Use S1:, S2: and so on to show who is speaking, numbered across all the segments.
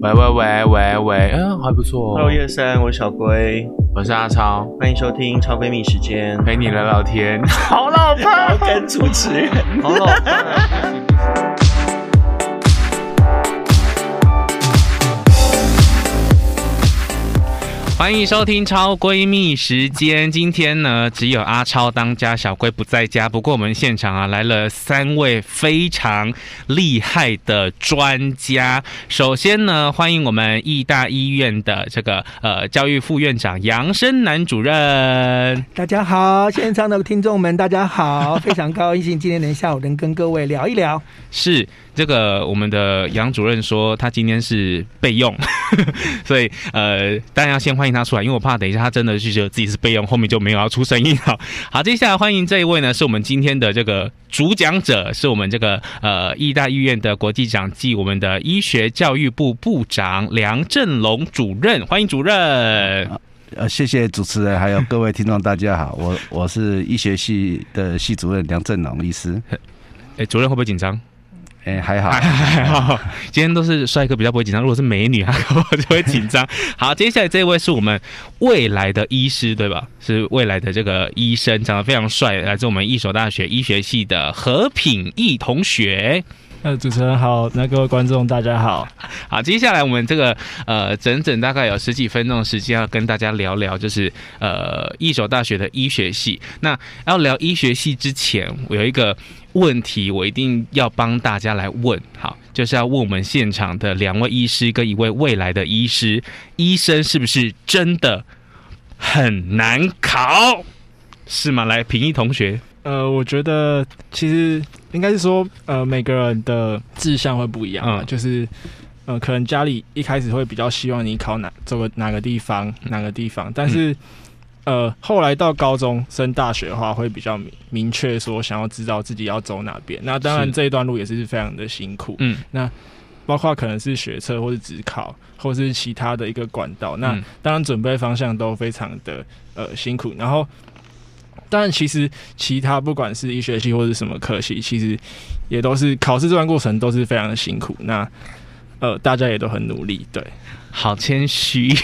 S1: 喂喂喂喂喂，嗯，还不错、
S2: Hello，
S1: 哦。
S2: 叶三，我是小龟，
S1: 我是阿超，
S2: 欢迎收听超闺蜜时间。
S1: 陪你聊聊天。好老婆，
S2: 要跟主持人，好啊老派。
S3: 欢迎收听超闺蜜时间。今天呢，只有阿超当家，小龟不在家。不过我们现场啊，来了三位非常厉害的专家。首先呢，欢迎我们义大医院的这个呃教育副院长杨生南主任。
S4: 大家好，现场的听众们，大家好， 非常高兴今天能下午能跟各位聊一聊。
S3: 是这个我们的杨主任说他今天是备用， 所以呃，当然要先欢迎他出来，因为我怕等一下他真的是觉得自己是备用，后面就没有要出声音了。好，接下来欢迎这一位呢，是我们今天的这个主讲者，是我们这个呃义大医院的国际长暨我们的医学教育部部长梁振龙主任，欢迎主任。
S5: 呃，谢谢主持人，还有各位听众，大家好，我我是医学系的系主任梁振龙医师。
S3: 哎，主任会不会紧张？
S5: 哎、还好，
S3: 还好，今天都是帅哥比较不会紧张，如果是美女，啊我就会紧张。好，接下来这位是我们未来的医师，对吧？是未来的这个医生，长得非常帅，来自我们一所大学医学系的何品义同学。
S6: 呃，主持人好，那各位观众大家好。
S3: 好，接下来我们这个呃，整整大概有十几分钟的时间要跟大家聊聊，就是呃，一所大学的医学系。那要聊医学系之前，我有一个问题，我一定要帮大家来问，好，就是要问我们现场的两位医师跟一位未来的医师，医生是不是真的很难考？是吗？来，平一同学，
S6: 呃，我觉得其实应该是说，呃，每个人的志向会不一样啊，
S3: 嗯
S6: 就是呃，可能家里一开始会比较希望你考哪走个哪个地方，哪个地方，但是、呃，后来到高中升大学的话，会比较明明确说想要知道自己要走哪边。那当然
S3: 是
S6: 这一段路也是非常的辛苦，
S3: 嗯，
S6: 包括可能是学测或是职考，或是其他的一个管道。那、
S3: 嗯
S6: 当然准备方向都非常的呃辛苦。然后，当然其实其他不管是医学系或是什么科系，其实也都是考试这段过程都是非常的辛苦。那呃，大家也都很努力，对。
S3: 好谦虚，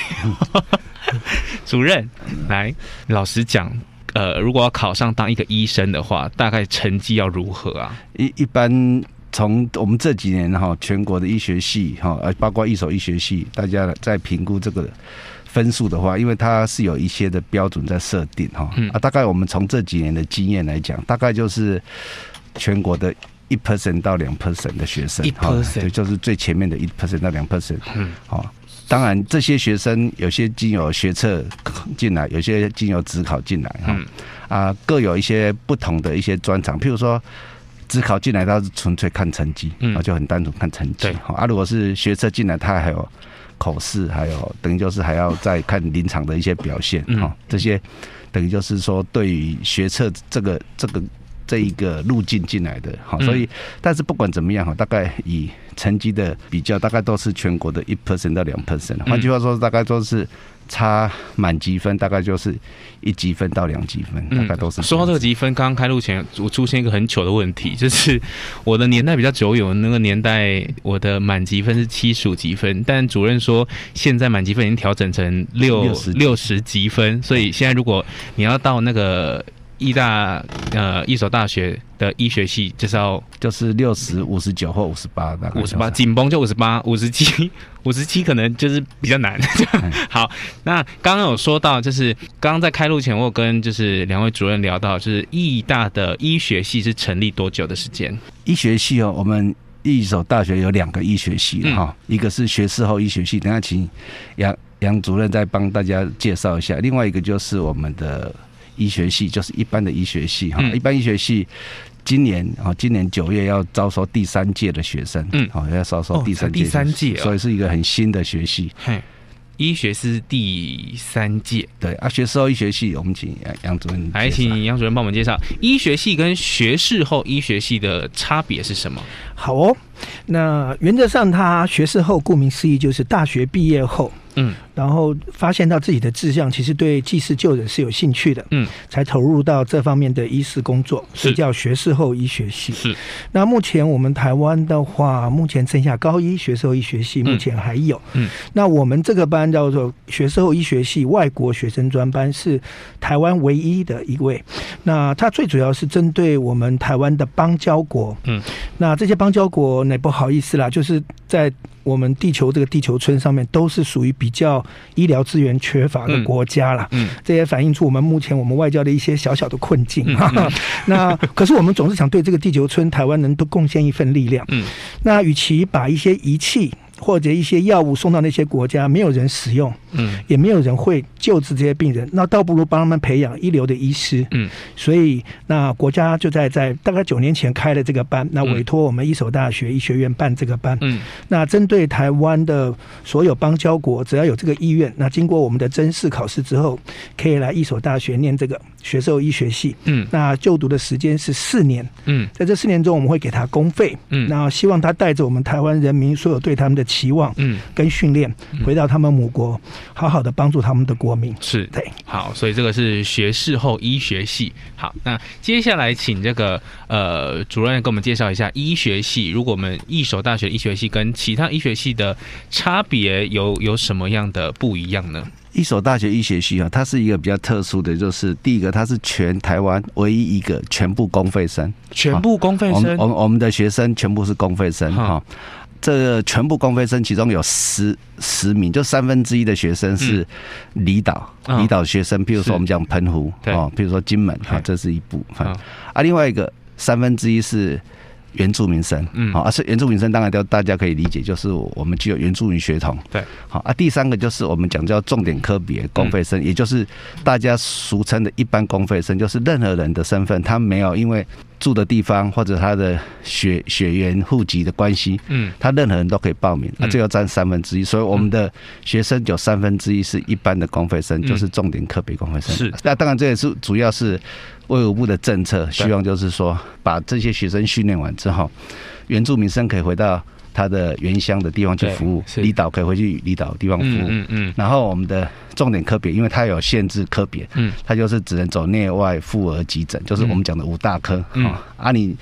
S3: 主任，来，老实讲，呃，如果要考上当一个医生的话，大概成绩要如何啊？
S5: 一一般从我们这几年哈，全国的医学系哈，呃，包括一手医学系，大家在评估这个分数的话，因为它是有一些的标准在设定哈
S3: 嗯，
S5: 啊，大概我们从这几年的经验来讲，大概就是全国的。一 percent 到两 percent 的学生，哈
S3: 1%
S5: 对就是最前面的一 percent 到两 percent，
S3: 嗯，
S5: 好、当然这些学生有些经由学测进来，有些经由职考进来，哈、
S3: 嗯
S5: 啊，各有一些不同的一些专长，譬如说。只考进来，他是纯粹看成绩，
S3: 嗯
S5: 啊，就很单纯看成绩
S3: 对。
S5: 好啊，如果是学测进来，他还有口试，还有等于就是还要再看临场的一些表现，
S3: 嗯
S5: 哦，这些等于就是说对于学测这个这个这一个路径进来的，好、
S3: 嗯
S5: 所以但是不管怎么样哈，大概以成绩的比较，大概都是全国的一 percent 到两 percent，换
S3: 嗯
S5: 句话说，大概都是差满积分，大概就是一积分到两积分，大概都是、
S3: 嗯说到这个积分，刚刚开录前我出现一个很糗的问题，就是我的年代比较久远，我那个年代我的满积分是七十五积分，但主任说现在满积分已经调整成六
S5: 60
S3: 六十积分，所以现在如果你要到那个医大呃一所大学的医学系，就是要
S5: 就是六十五十九或五十八，大概
S3: 五
S5: 就
S3: 十
S5: 是
S3: 八，紧绷就五十八，五十七， 五十七可能就是比较难。 好，那刚刚有说到，就是刚刚在开录前，我有跟就是两位主任聊到，就是义大的医学系是成立多久的时间？
S5: 医学系哦，我们一所大学有两个医学系
S3: 嗯
S5: 了哈、一个是学士后医学系，等一下请杨杨主任再帮大家介绍一下；另外一个就是我们的医学系，就是一般的医学系哈、
S3: 嗯
S5: 一般医学系。今年啊，今年九月要招收第三届的学生，
S3: 嗯
S5: 好、要招
S3: 哦
S5: 收第三
S3: 才第
S5: 届的学生、
S3: 三届哦
S5: 所以是一个很新的学系。
S3: 嘿，医学是第三届，
S5: 对啊，学士后医学系，我们请杨杨主任
S3: 来，
S5: 介绍
S3: 请杨主任帮我们介绍医学系跟学士后医学系的差别是什么？
S4: 好哦，那原则上，他学士后顾名思义就是大学毕业后，
S3: 嗯，
S4: 然后发现到自己的志向，其实对济世救人是有兴趣的，
S3: 嗯，
S4: 才投入到这方面的医师工作，
S3: 是
S4: 所以叫学士后医学系。
S3: 是，
S4: 那目前我们台湾的话，目前剩下高一学士后医学系，
S3: 嗯
S4: 目前还有。
S3: 嗯，
S4: 那我们这个班叫做学士后医学系外国学生专班，是台湾唯一的一位。那它最主要是针对我们台湾的邦交国。
S3: 嗯，
S4: 那这些邦交国，那不好意思啦，就是在我们地球这个地球村上面，都是属于比较医疗资源缺乏的
S3: 嗯
S4: 国家啦。
S3: 嗯
S4: 这也反映出我们目前我们外交的一些小小的困境。
S3: 嗯
S4: 那可是我们总是想对这个地球村台湾能都贡献一份力量。
S3: 嗯，
S4: 那与其把一些仪器或者一些药物送到那些国家，没有人使用，
S3: 嗯
S4: 也没有人会救治这些病人，那倒不如帮他们培养一流的医师。
S3: 嗯
S4: 所以，那国家就在在大概九年前开了这个班，那
S3: 嗯
S4: 委托我们一所大学医学院办这个班。
S3: 嗯
S4: 那针对台湾的所有邦交国，只要有这个意愿，那经过我们的真试考试之后，可以来一所大学念这个学兽医学系。
S3: 嗯
S4: 那就读的时间是四年，
S3: 嗯
S4: 在这四年中，我们会给他公费，
S3: 嗯
S4: 那希望他带着我们台湾人民所有对他们的期望
S3: 嗯，
S4: 跟训练，回到他们母国，好好的帮助他们的国民。
S3: 是
S4: 对，
S3: 好，所以这个是学士后医学系。好，那接下来请这个呃主任给我们介绍一下医学系。如果我们一手大学医学系跟其他医学系的差别有有什么样的不一样呢？
S5: 一所大学医学系啊，它是一个比较特殊的，就是第一个，它是全台湾唯一一个全部公费生，
S3: 全部公费
S5: 我们哦
S3: 生
S5: 我们我们的学生全部是公费生
S3: 哈
S5: 哈、这个全部公费生，其中有十十名，就三分之一的学生是离岛、
S3: 嗯
S5: 离岛学生，譬如
S3: 是
S5: 说我们讲澎湖
S3: 对，
S5: 譬如说金门啊
S3: 对，
S5: 这是一部分、
S3: 嗯
S5: 啊，另外一个三分之一是原住民生，
S3: 嗯
S5: 好、啊，是原住民生，当然都大家可以理解，就是我们具有原住民血统，
S3: 对，
S5: 好啊，第三个就是我们讲叫重点科别公费
S3: 嗯
S5: 生，也就是大家俗称的一般公费生，就是任何人的身份，他没有因为住的地方或者他的血血缘户籍的关系，
S3: 嗯
S5: 他任何人都可以报名，啊，
S3: 嗯
S5: 这要占三分之一，所以我们的学生有三分之一是一般的公费生，
S3: 嗯
S5: 就是重点科别公费生。
S3: 是，
S5: 那当然这也是主要是卫武部的政策，希望就是说把这些学生训练完之后，原住民生可以回到他的原乡的地方去
S3: 对
S5: 服务，
S3: 是
S5: 离岛可以回去离岛地方服务。
S3: 嗯嗯
S5: 然后我们的重点科别，因为它有限制科别，
S3: 嗯，
S5: 它就是只能走内外妇儿急诊，就是我们讲的五大科。
S3: 嗯
S5: 哦啊，你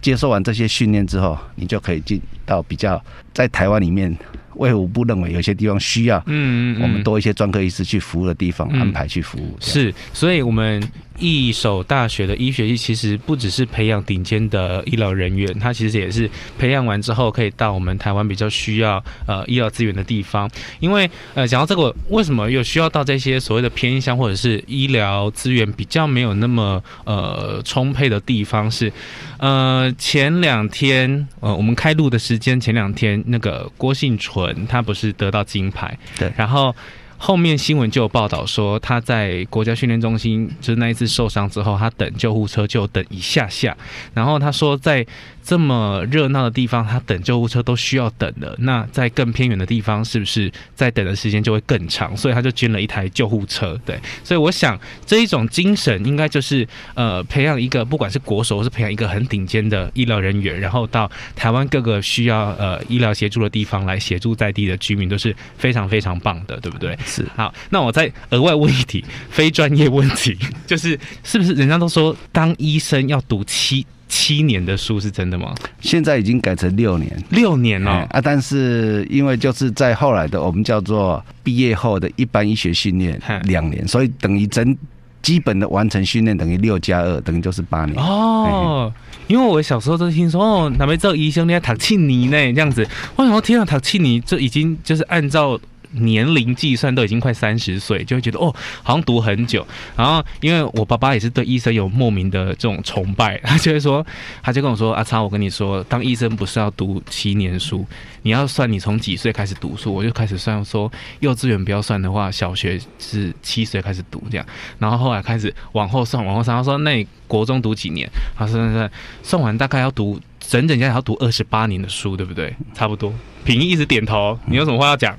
S5: 接受完这些训练之后，你就可以进到比较在台湾里面，卫武部认为有些地方需要
S3: 嗯嗯，
S5: 我们多一些专科医师去服务的地方，
S3: 嗯
S5: 安排去服务。这样
S3: 是，所以我们一手大学的医学系其实不只是培养顶尖的医疗人员，它其实也是培养完之后可以到我们台湾比较需要呃医疗资源的地方。因为呃，讲到这个，为什么有需要到这些所谓的偏乡或者是医疗资源比较没有那么呃充沛的地方是？呃，前两天呃，我们开录的时间前两天，那个郭幸纯他不是得到金牌，
S5: 对
S3: 然后。后面新闻就有报道说，他在国家训练中心就是那一次受伤之后，他等救护车就等一下下。然后他说，在这么热闹的地方，他等救护车都需要等了。那在更偏远的地方，是不是在等的时间就会更长？所以他就捐了一台救护车。对，所以我想这一种精神，应该就是呃，培养一个不管是国手，或是培养一个很顶尖的医疗人员，然后到台湾各个需要呃医疗协助的地方来协助在地的居民，都是非常非常棒的，对不对？
S5: 是
S3: 好，那我再额外问一题，非专业问 题，就是是不是人家都说当医生要读七七年的书是真的吗？
S5: 现在已经改成六年。
S3: 六年
S5: 哎
S3: 哦，
S5: 啊，但是因为就是在后来的我们叫做毕业后的一般医学训练
S3: 嗨
S5: 两年，所以等于整基本的完成训练等于六加二，等于就是八年。
S3: 哦，因为我小时候都听说哦，哪边这医生你要读七年呢，这样子，我想说天啊，读七年这已经就是按照。年龄计算都已经快三十岁，就会觉得哦，好像读很久。然后因为我爸爸也是对医生有莫名的这种崇拜，他就会说，他就跟我说：“阿超，我跟你说，当医生不是要读七年书，你要算你从几岁开始读书。”我就开始算说，幼稚园不要算的话，小学是七岁开始读这样，然后后来开始往后算，往后算。他说：“那你国中读几年？”他说：“算算算完大概要读整整加起来要读二十八年的书，对不对？差不多。”品一一直点头，你有什么话要讲？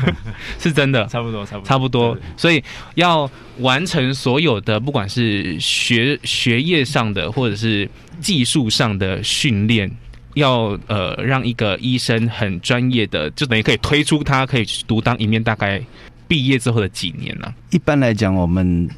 S3: 是真的，
S6: 差不多，差不多，
S3: 差不多
S6: 对。
S3: 所以要完成所有的，不管是学学业上的，或者是技术上的训练。要呃，让一个医生很专业的，就等于可以推出他可以去独当一面，大概毕业之后的几年呢、
S5: 一般来讲，我们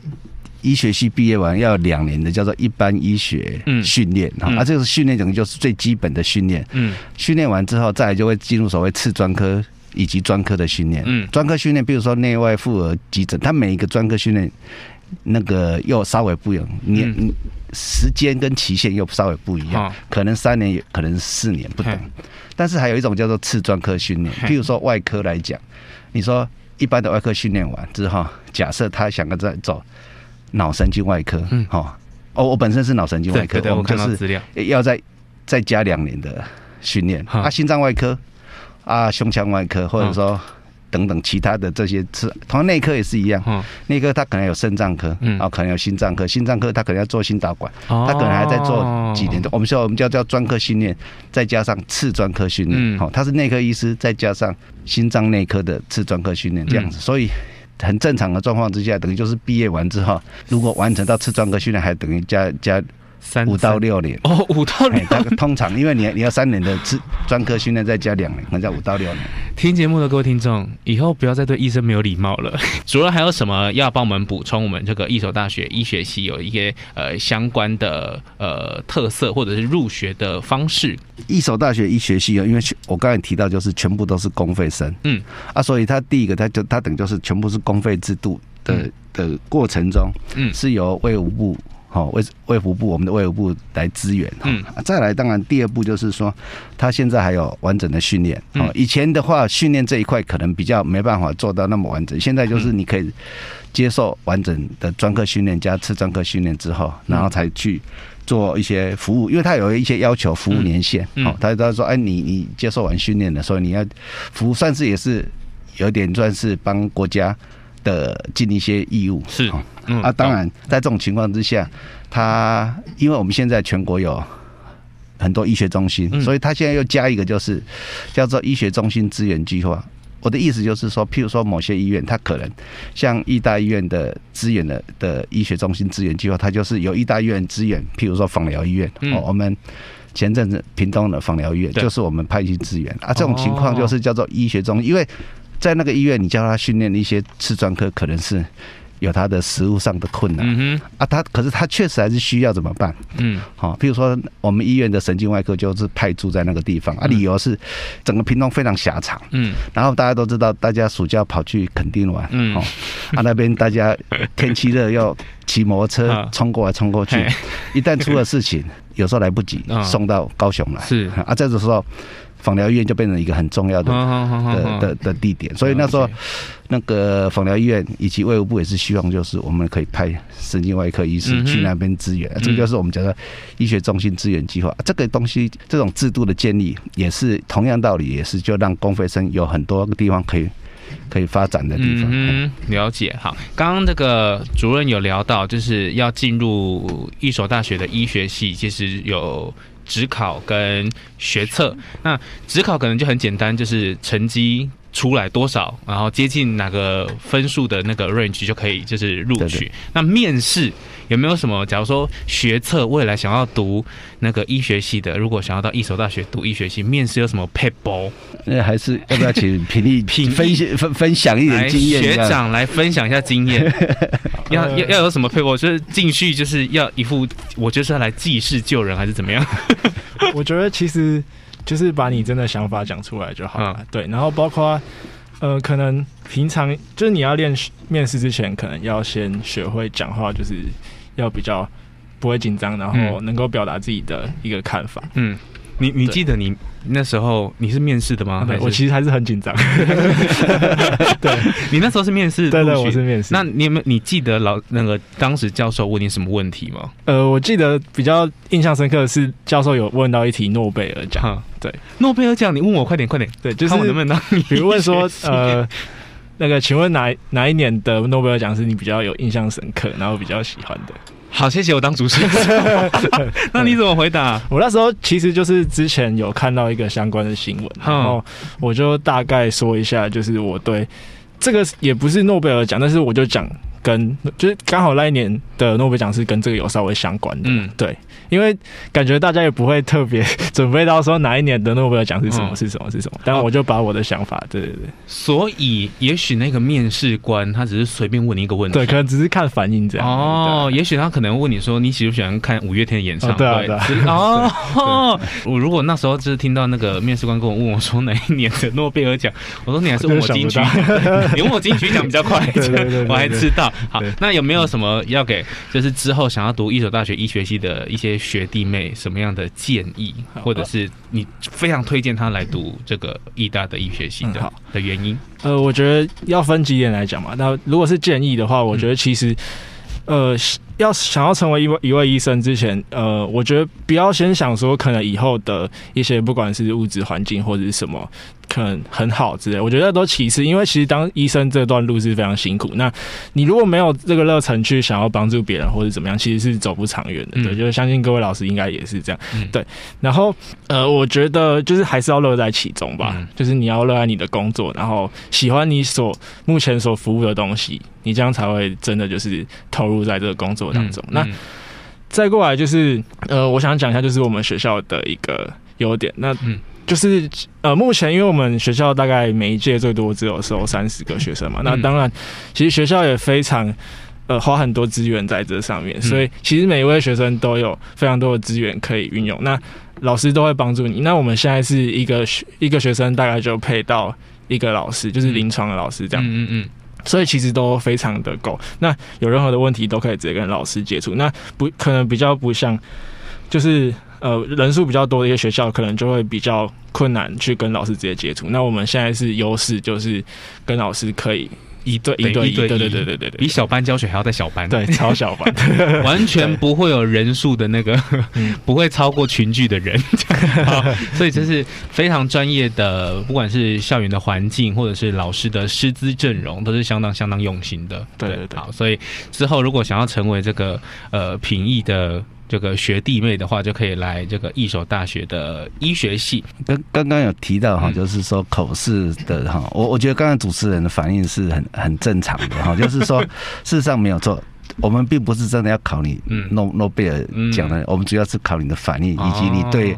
S5: 医学系毕业完要两年的叫做一般医学
S3: 嗯
S5: 训练哈
S3: 嗯
S5: 啊，这个训练等于就是最基本的训练。
S3: 嗯
S5: 训练完之后，再来就会进入所谓次专科以及专科的训练。
S3: 嗯
S5: 专科训练，比如说内外妇儿急诊，它每一个专科训练那个又稍微不一样，你、
S3: 嗯
S5: 你时间跟期限又稍微不一样，
S3: 好
S5: 可能三年，也可能四年不等
S3: 嘿。
S5: 但是还有一种叫做次专科训练，
S3: 嘿
S5: 譬如说外科来讲，你说一般的外科训练完之后，假设他想要再走脑神经外科，
S3: 嗯
S5: 嗯，哦，哦，我本身是脑神经外
S3: 对
S5: 科
S3: 对，对，
S5: 我
S3: 我
S5: 们就
S3: 看到
S5: 是
S3: 资料，
S5: 要再再加两年的训练
S3: 哈
S5: 啊，心脏外科啊，胸腔外科，或者说等等其他的这些是，同样内科也是一样，
S3: 嗯，
S5: 内科它可能有肾脏科，
S3: 嗯
S5: 啊，可能有心脏科，心脏科它可能要做心导管，
S3: 他
S5: 它可能还在做
S3: 哦
S5: 几年，我们说我们叫叫专科训练，再加上次专科
S3: 嗯
S5: 训练，好，他是内科医师，再加上心脏内科的次专科
S3: 嗯
S5: 训练这样子，所以。很正常的状况之下，等于就是毕业完之后，如果完成到次专科训练，还等于加加
S3: 三
S5: 五到六年，
S3: 哦，五到
S5: 哎，
S3: 六。
S5: 大概通常因为你你要三年的资专科训练，再加两年，可能在五到六年。
S3: 听节目的各位听众，以后不要再对医生没有礼貌了。 主任还有什么要帮我们补充？我们这个一所大学医学系有一些呃相关的呃特色，或者是入学的方式。
S5: 一所大学医学系哦，因为全我刚才提到，就是全部都是公费生，
S3: 嗯
S5: 啊，所以他第一个，他就他等于就是全部是公费制度的、
S3: 嗯
S5: 的过程中，
S3: 嗯
S5: 是由卫武部。好、卫卫福部，我们的卫武部来支援。哈
S3: 嗯
S5: 啊再来，当然第二步就是说，他现在还有完整的训练。哦
S3: 嗯，
S5: 以前的话，训练这一块可能比较没办法做到那么完整，现在
S3: 嗯
S5: 就是你可以接受完整的专科训练加次专科训练之后，然后才去做一些服务，因为他有一些要求服务年限。
S3: 嗯嗯
S5: 哦，他他说，哎，你你接受完训练了，所以你要服务，算是也是有点算是帮国家的尽一些义务。
S3: 是
S5: 哦
S3: 嗯
S5: 啊，当然，在这种情况之下，他因为我们现在全国有很多医学中心，
S3: 嗯
S5: 所以他现在又加一个，就是叫做医学中心资源计划。我的意思就是说，譬如说某些医院，它可能像义大医院的资源的的医学中心资源计划，它就是由义大医院资源，譬如说访疗医院，
S3: 嗯
S5: 哦，我们前阵子屏东的访疗医院
S3: 对
S5: 就是我们派去支援啊，这种情况
S3: 哦
S5: 就是叫做医学中心，因为在那个医院你叫他训练一些次专科，可能是有他的食物上的困难、
S3: 嗯哼，
S5: 啊，他可是他确实还是需要怎么办？
S3: 嗯
S5: 好、譬如说我们医院的神经外科就是派驻在那个地方啊，理由是整个屏东非常狭长，
S3: 嗯
S5: 然后大家都知道，大家暑假跑去垦丁玩，
S3: 嗯
S5: 哦，啊那边大家天气热要骑摩托
S3: 啊
S5: 车冲过来冲过去
S3: 嘿，
S5: 一旦出了事情，有时候来不及
S3: 啊
S5: 送到高雄来，
S3: 是
S5: 啊，这个时候访疗医院就变成一个很重要的
S3: 好好好好
S5: 的
S3: 好
S5: 的的地点，所以那时候
S3: OK
S5: 那个访疗医院以及卫务部也是希望，就是我们可以派神经外科医
S3: 嗯
S5: 师
S3: 哼嗯
S5: 去那边支援，这个就是我们讲的医学中心支援计划。啊这个东西，这种制度的建立也是同样道理，也是就让公费生有很多个地方可以可以发展的地方。哎
S3: 嗯哼，了解。好，刚刚这个主任有聊到，就是要进入一所大学的医学系，其实有职考跟学测。
S5: 嗯
S3: 那职考可能就很简单，就是成绩。出来多少，然后接近哪个分数的那个 range 就可以就是录取。
S5: 对对
S3: 那面试有没有什么？假如说学测未来想要读那个医学系的，如果想要到一所大学读医学系，面试有什么 p e b l
S5: 那还是要不要 请平力
S3: 平力
S5: 分析分分享一
S3: 来
S5: 点经验？
S3: 学
S5: 这样
S3: 长来分享一下经 验，要
S6: 呃
S3: 要要有什么配合？我就是进去就是要一副，我就是要来济世救人还是怎么样？
S6: 我觉得其实就是把你真的想法讲出来就好
S3: 嗯
S6: 了。对，然后包括呃，可能平常就是你要练面试之前，可能要先学会讲话，就是要比较不会紧张，然后能够表达自己的一个看法。
S3: 嗯，你你
S6: 对
S3: 记得你那时候你是面试的吗？啊
S6: 对，
S3: 还是
S6: 我其实还是很紧 张。
S3: 你那时候是面试
S6: 对对，
S3: 录
S6: 我
S3: 取
S6: 是。面试。
S3: 那你有没有你记得老那个当时教授问你什么问题吗？
S6: 呃，我记得比较印象深刻的是，教授有问到一题诺贝尔 奖，
S3: 哈，
S6: 对，
S3: 诺贝尔奖，你问我快点快点，
S6: 对，就是
S3: 嗯看我能不能当你。
S6: 比如问说，呃，那个，请问哪哪一年的诺贝尔奖是你比较有印象深刻，然后比较喜欢的？
S3: 好，谢谢我当主 持人。那你怎么回答？
S6: 我那时候其实就是之前有看到一个相关的新闻，
S3: 嗯
S6: 然后我就大概说一下，就是我对这个也不是诺贝尔奖，但是我就讲跟就是刚好那一年的诺贝尔奖是跟这个有稍微相关的，
S3: 嗯，
S6: 对，因为感觉大家也不会特别准备到说哪一年的诺贝尔奖是什么
S3: 嗯
S6: 是什么是什么，但我就把我的想法，对对对
S3: 所以也许那个面试官他只是随便问你一个问题，
S6: 对，可能只是看反应这样。
S3: 哦，也许他可能问你说你喜不喜欢看五月天的演唱
S6: 哦对啊
S3: 会？
S6: 对啊
S3: 是 哦，我如果那时候就是听到那个面试官跟我问我说哪一年的诺贝尔奖，我说你还是问我 金曲奖，你问我金曲奖比较快，
S6: 对对对对对
S3: 我还知道。好
S6: 对，
S3: 那有没有什么要给就是之后想要读一所大学医学系的一些学弟妹什么样的建议，或者是你非常推荐他来读这个医大的医学系
S6: 嗯
S3: 的
S6: 好
S3: 的原因？
S6: 呃，我觉得要分几点来讲嘛。那如果是建议的话，我觉得其实，呃，要想要成为一位一位医生之前，呃，我觉得不要先想说可能以后的一些不管是物质环境或者是什么，可能很好之类，我觉得都其次，因为其实当医生这段路是非常辛苦。那你如果没有这个热忱去想要帮助别人或者怎么样，其实是走不长远的。对，
S3: 嗯
S6: 就是相信各位老师应该也是这样。
S3: 嗯
S6: 对，然后呃，我觉得就是还是要乐在其中吧，
S3: 嗯
S6: 就是你要热爱你的工作，然后喜欢你所目前所服务的东西，你这样才会真的就是投入在这个工作当中。那
S3: 嗯
S6: 再过来就是，呃，我想讲一下，就是我们学校的一个优点。那
S3: 嗯
S6: 就是呃，目前因为我们学校大概每一届最多只有收三十个学生嘛，那
S3: 嗯
S6: 当然，其实学校也非常呃花很多资源在这上
S3: 嗯
S6: 面，所以其实每一位学生都有非常多的资源可以运用。那老师都会帮助你。那我们现在是一个学一个学生大概就配到一个老师，
S3: 嗯
S6: 就是临床的老师这样。
S3: 嗯嗯嗯，
S6: 所以其实都非常的够。那有任何的问题都可以直接跟老师接触。那不可能比较不像，就是呃人数比较多的一些学校，可能就会比较困难去跟老师直接接触。那我们现在是优势，就是跟老师可以一对一对
S3: 一对
S6: 对
S3: 一
S6: 对对对对
S3: 比
S6: 对，
S3: 小班教学还要再小班。
S6: 对超小班。
S3: 完全不会有人数的那个
S6: 嗯，
S3: 不会超过群聚的人， 好所以这是非常专业的，不管是校园的环境，或者是老师的师资阵容，都是相当相当用心的。
S6: 对对对
S3: 好，所以之后如果想要成为这个呃平易的。这个学弟妹的话，就可以来这个一所大学的医学系。
S5: 刚刚刚有提到哈，
S3: 嗯
S5: 就是说口试的哈，我我觉得刚刚主持人的反应是很很正常的哈，就是说事实上没有错，我们并不是真的要考你
S3: 嗯
S5: 诺诺贝尔奖的，我们主要是考你的反应以及你对
S3: 哦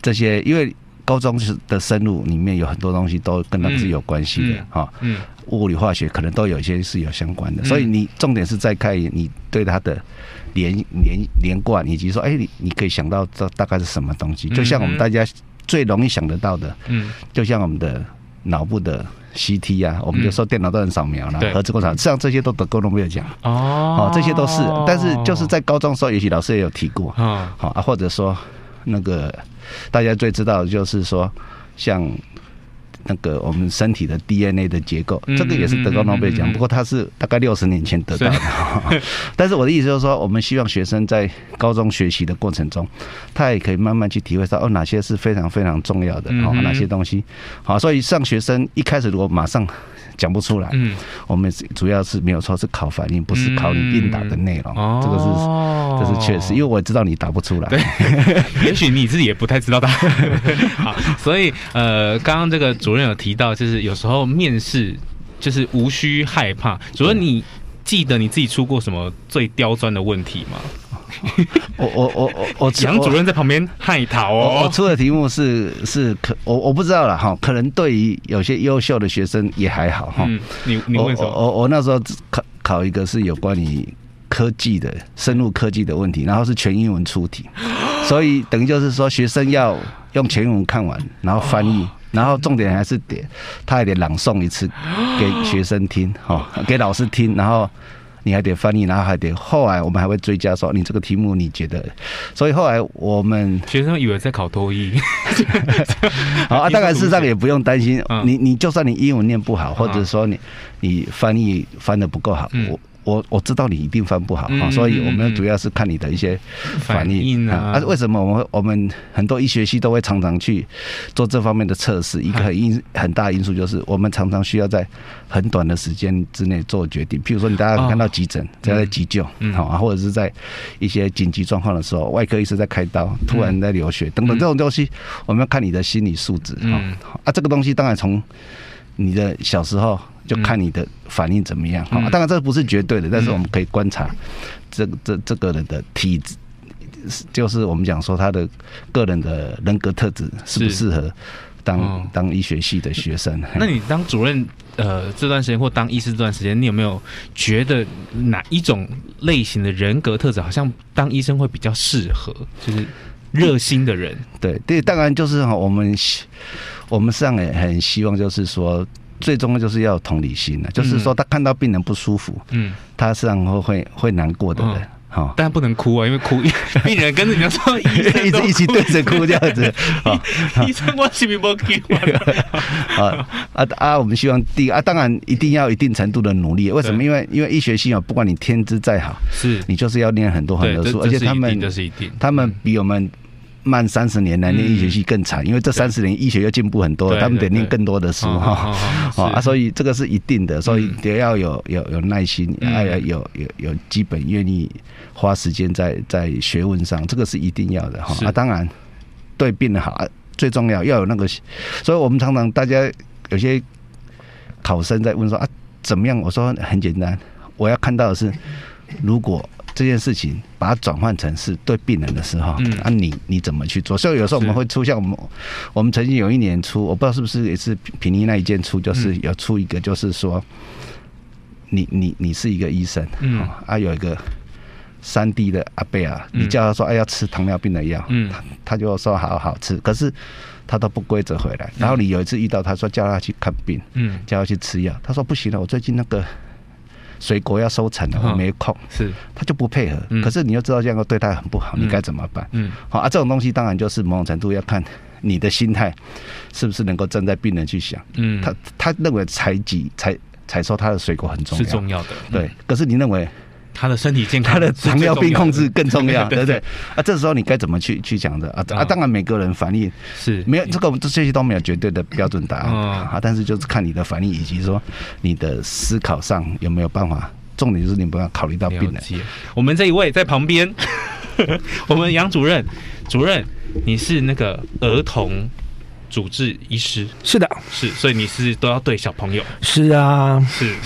S5: 这些，因为高中的深入里面有很多东西都跟那个是有关系的
S3: 嗯
S5: 哈，
S3: 嗯
S5: 物理化学可能都有一些是有相关的，
S3: 嗯
S5: 所以你重点是在看你对它的连连连贯，以及说，哎，你你可以想到这大概是什么东西，
S3: 嗯
S5: 就像我们大家最容易想得到的，
S3: 嗯
S5: 就像我们的脑部的 CT 啊，我们就说电脑断层扫描
S3: 嗯
S5: 啦
S3: 对、
S5: 核磁共振，实际上这些都得过诺贝尔奖，
S3: 哦
S5: 哦，这些都是，但是就是在高中的时候，也许老师也有提过，
S3: 啊
S5: 好啊，或者说那个大家最知道的就是说，像那个我们身体的 DNA 的结构，
S3: 嗯
S5: 这个也是得过诺贝尔
S3: 嗯嗯
S5: 奖，
S3: 嗯
S5: 不过它是大概六十年前得到的。 但是我的意思就是说，我们希望学生在高中学习的过程中，他也可以慢慢去体会到哦，哪些是非常非常重要的，
S3: 嗯
S5: 哦，
S3: 哼
S5: 哪些东西。好，所以上学生一开始如果马上讲不出来，
S3: 嗯
S5: 我们是主要是没有错，是考反应，不是考你应答的内容。
S3: 哦，
S5: 啊这个是这是确实，因为
S3: 为
S5: 我也知道你答不出来。
S3: 对 也许你自己也不太知道答案。 好，所以呃，刚刚这个主任有提到，就是有时候面试就是无需害怕。主任，你记得你自己出过什么最刁钻的问题吗？
S5: 我我我我我
S3: 杨主任在旁边害逃
S5: 我。我我
S3: 哦。
S5: 出的题目是是可我我不知道了哈，可能对于有些优秀的学生也还好哈。
S3: 嗯，你你
S5: 我
S3: 问什
S5: 我
S3: 么？
S5: 我我那时候只考考一个是有关于科技的深入科技的问题，然后是全英文出 题，所以等于就是说学生要用全英文看完，然后翻
S3: 哦
S5: 译。然后重点还是得，他还得朗诵 一次给学生听，哈、哦，给老师听，然后你还得翻译，然后还得后来我们还会追加说你这个题目你觉得，所以后来我们
S3: 学生以为在考多译，
S5: 好 啊，
S3: 听
S5: 大
S3: 不
S5: 概
S3: 懂
S5: 事实上
S3: 一些
S5: 也不用担心
S3: 嗯，
S5: 你你就算你英文念不好，或者
S3: 嗯
S5: 说你你翻译翻的不够好
S3: 嗯，
S5: 我。我我知道你一定翻不好
S3: 嗯
S5: 哈，所以我
S3: 嗯嗯
S5: 们
S3: 嗯
S5: 主要是看你的一些
S3: 反应啊
S5: 为什么我们会我们很多医学系都会常常去做这方面的测试？一个很因很大的因素就是我们常常需要在很短的时间之内做决定。譬如说，你大家看到急诊，在在急救，
S3: 嗯
S5: 好啊，或者是在一些紧急状况的时候，外科医师在开刀，突然在流血等等
S3: 嗯
S5: 这种东西，我们要看你的心理素质哈
S3: 嗯。
S5: 啊，这个东西当然从你的小时候就看你的反应怎么样。哈、
S3: 嗯
S5: 当然这不是绝对的，但是我们可以观察这这这个人的体质，就是我们讲说他的个人的人格特质适不
S3: 是
S5: 适合当、
S3: 哦
S5: 当医学系的学生。
S3: 那你当主任呃这段时间或当医师这段时间，你有没有觉得哪一种类型的人格特质好像当医生会比较适合？就是热心的人，
S5: 对对，当然就是哦哈，我们希我们上也很希望，就是说最重要就是要有同理心了、啊就是说他看到病人不舒服，
S3: 嗯，
S5: 他实际上会会会难过的人，哈、
S3: 但不能哭啊，因为哭病人跟着你要说医生
S5: 一直一起对着哭这样子，啊
S3: 样，医生我是不要给
S5: 啊啊啊！我们希望第一啊，当然一定要有一定程度的努力。为什么？
S3: 对
S5: 因为因为医学系哦，不管你天资再好，
S3: 是，
S5: 你就是要念很多很
S3: 对，
S5: 多
S3: 这
S5: 书，
S3: 这
S5: 而且
S3: 是一
S5: 他们
S3: 定嗯这是一定，
S5: 他们比我们慢三十年来念医学系更惨，因为这三十年医学又进步很多了，
S3: 嗯对
S5: 他们得
S3: 对嗯
S5: 念
S3: 对
S5: 更多的书哈。哦啊，
S3: 以
S5: 所以这个是一定的，所以
S3: 嗯
S5: 得要有有有耐心，啊
S3: 嗯
S5: 要有有有有基本愿意花时间在在学问上，这个是一定要的
S3: 是
S5: 哈。啊，当然对病人好，啊最重要要有那个，所以我们常常大家有些考生在问说啊怎么样？我说很简单，我要看到的是如果。这件事情把它转换成是对病人的时候，
S3: 嗯
S5: 啊你你怎么去做？所以有时候我们
S3: 是
S5: 会出现我们我们曾经有一年出，我不知道是不是也是平尼那一件出，就是
S3: 嗯
S5: 有出一个，就是说，你你你是一个医生，
S3: 嗯
S5: 啊，有一个三 D 的阿贝啊，
S3: 嗯
S5: 你叫他说，哎，要吃糖尿病的药，
S3: 嗯
S5: 他他就说好好吃，可是他都不规则回来。然后你有一次遇到他说叫他去看病，
S3: 嗯
S5: 叫他去吃药，他说不行了，我最近那个水果要收成了，
S3: 嗯
S5: 我没空，
S3: 是
S5: 他就不配合
S3: 嗯。
S5: 可是你又知道这样对他很不好，
S3: 嗯
S5: 你该怎么办？
S3: 嗯
S5: 好啊，这种东西当然就是某种程度要看你的心态是不是能够站在病人去想。
S3: 嗯，
S5: 他他认为采集采采收他的水果很重
S3: 是
S5: 要，
S3: 重要的，嗯
S5: 对。可是你认为
S3: 他的身体健康，
S5: 他的糖尿病控制更重 要，
S3: 对
S5: 对
S3: 对
S5: 不对？啊，这时候你该怎么去去讲的啊？啊，
S3: 嗯
S5: 当然每个人反应
S3: 是
S5: 没有这个这些都没有绝对的标准答案
S3: 嗯
S5: 啊，但是就是看你的反应以及说你的思考上有没有办法。重点就是你不要考虑
S4: 哦
S5: 到病
S3: 了
S5: 人。
S3: 解。我们这一位在旁边， 我们杨主任，主任，你是那个儿童主治医师，
S4: 是的，
S3: 是，所以你是都要对小朋友，
S4: 是啊，
S3: 是。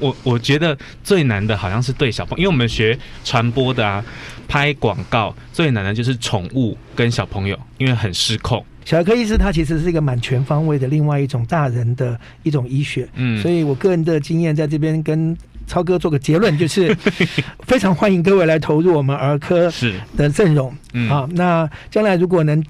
S3: 我我觉得最难的好像是对小朋友，因为我们学传播的啊，拍广告最难的就是宠物跟小朋友，因为很失控。
S4: 小儿科医师他其实是一个蛮全方位的另外一种大人的一种医学，
S3: 嗯
S4: 所以我个人的经验在这边跟超哥做个结论，就是 非常欢迎各位来投入我们儿科
S3: 是，
S4: 的阵容。
S3: 嗯
S4: 啊，那将来如果能。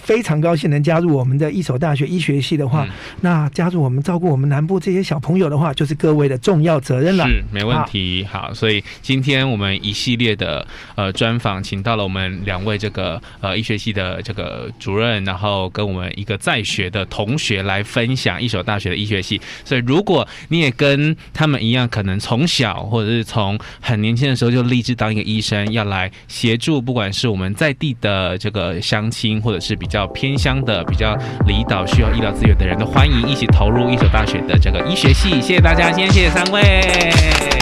S4: 非常高兴能加入我们的一所大学医学系的话，
S3: 嗯
S4: 那加入我们照顾我们南部这些小朋友的话，就是各位的啊重要责任了。
S3: 是，没问题。好，所以今天我们一系列的呃专访，请到了我们两位这个呃医学系的这个主任，然后跟我们一个在学的同学来分享一所大学的医学系。所以如果你也跟他们一样，可能从小或者是从很年轻的时候就立志当一个医生，要来协助，不管是我们在地的这个乡亲，或者是比较偏乡的、比较离岛需要医疗资源的人，都欢迎一起投入一所大学的这个医学系。谢谢大家，今天谢谢三位。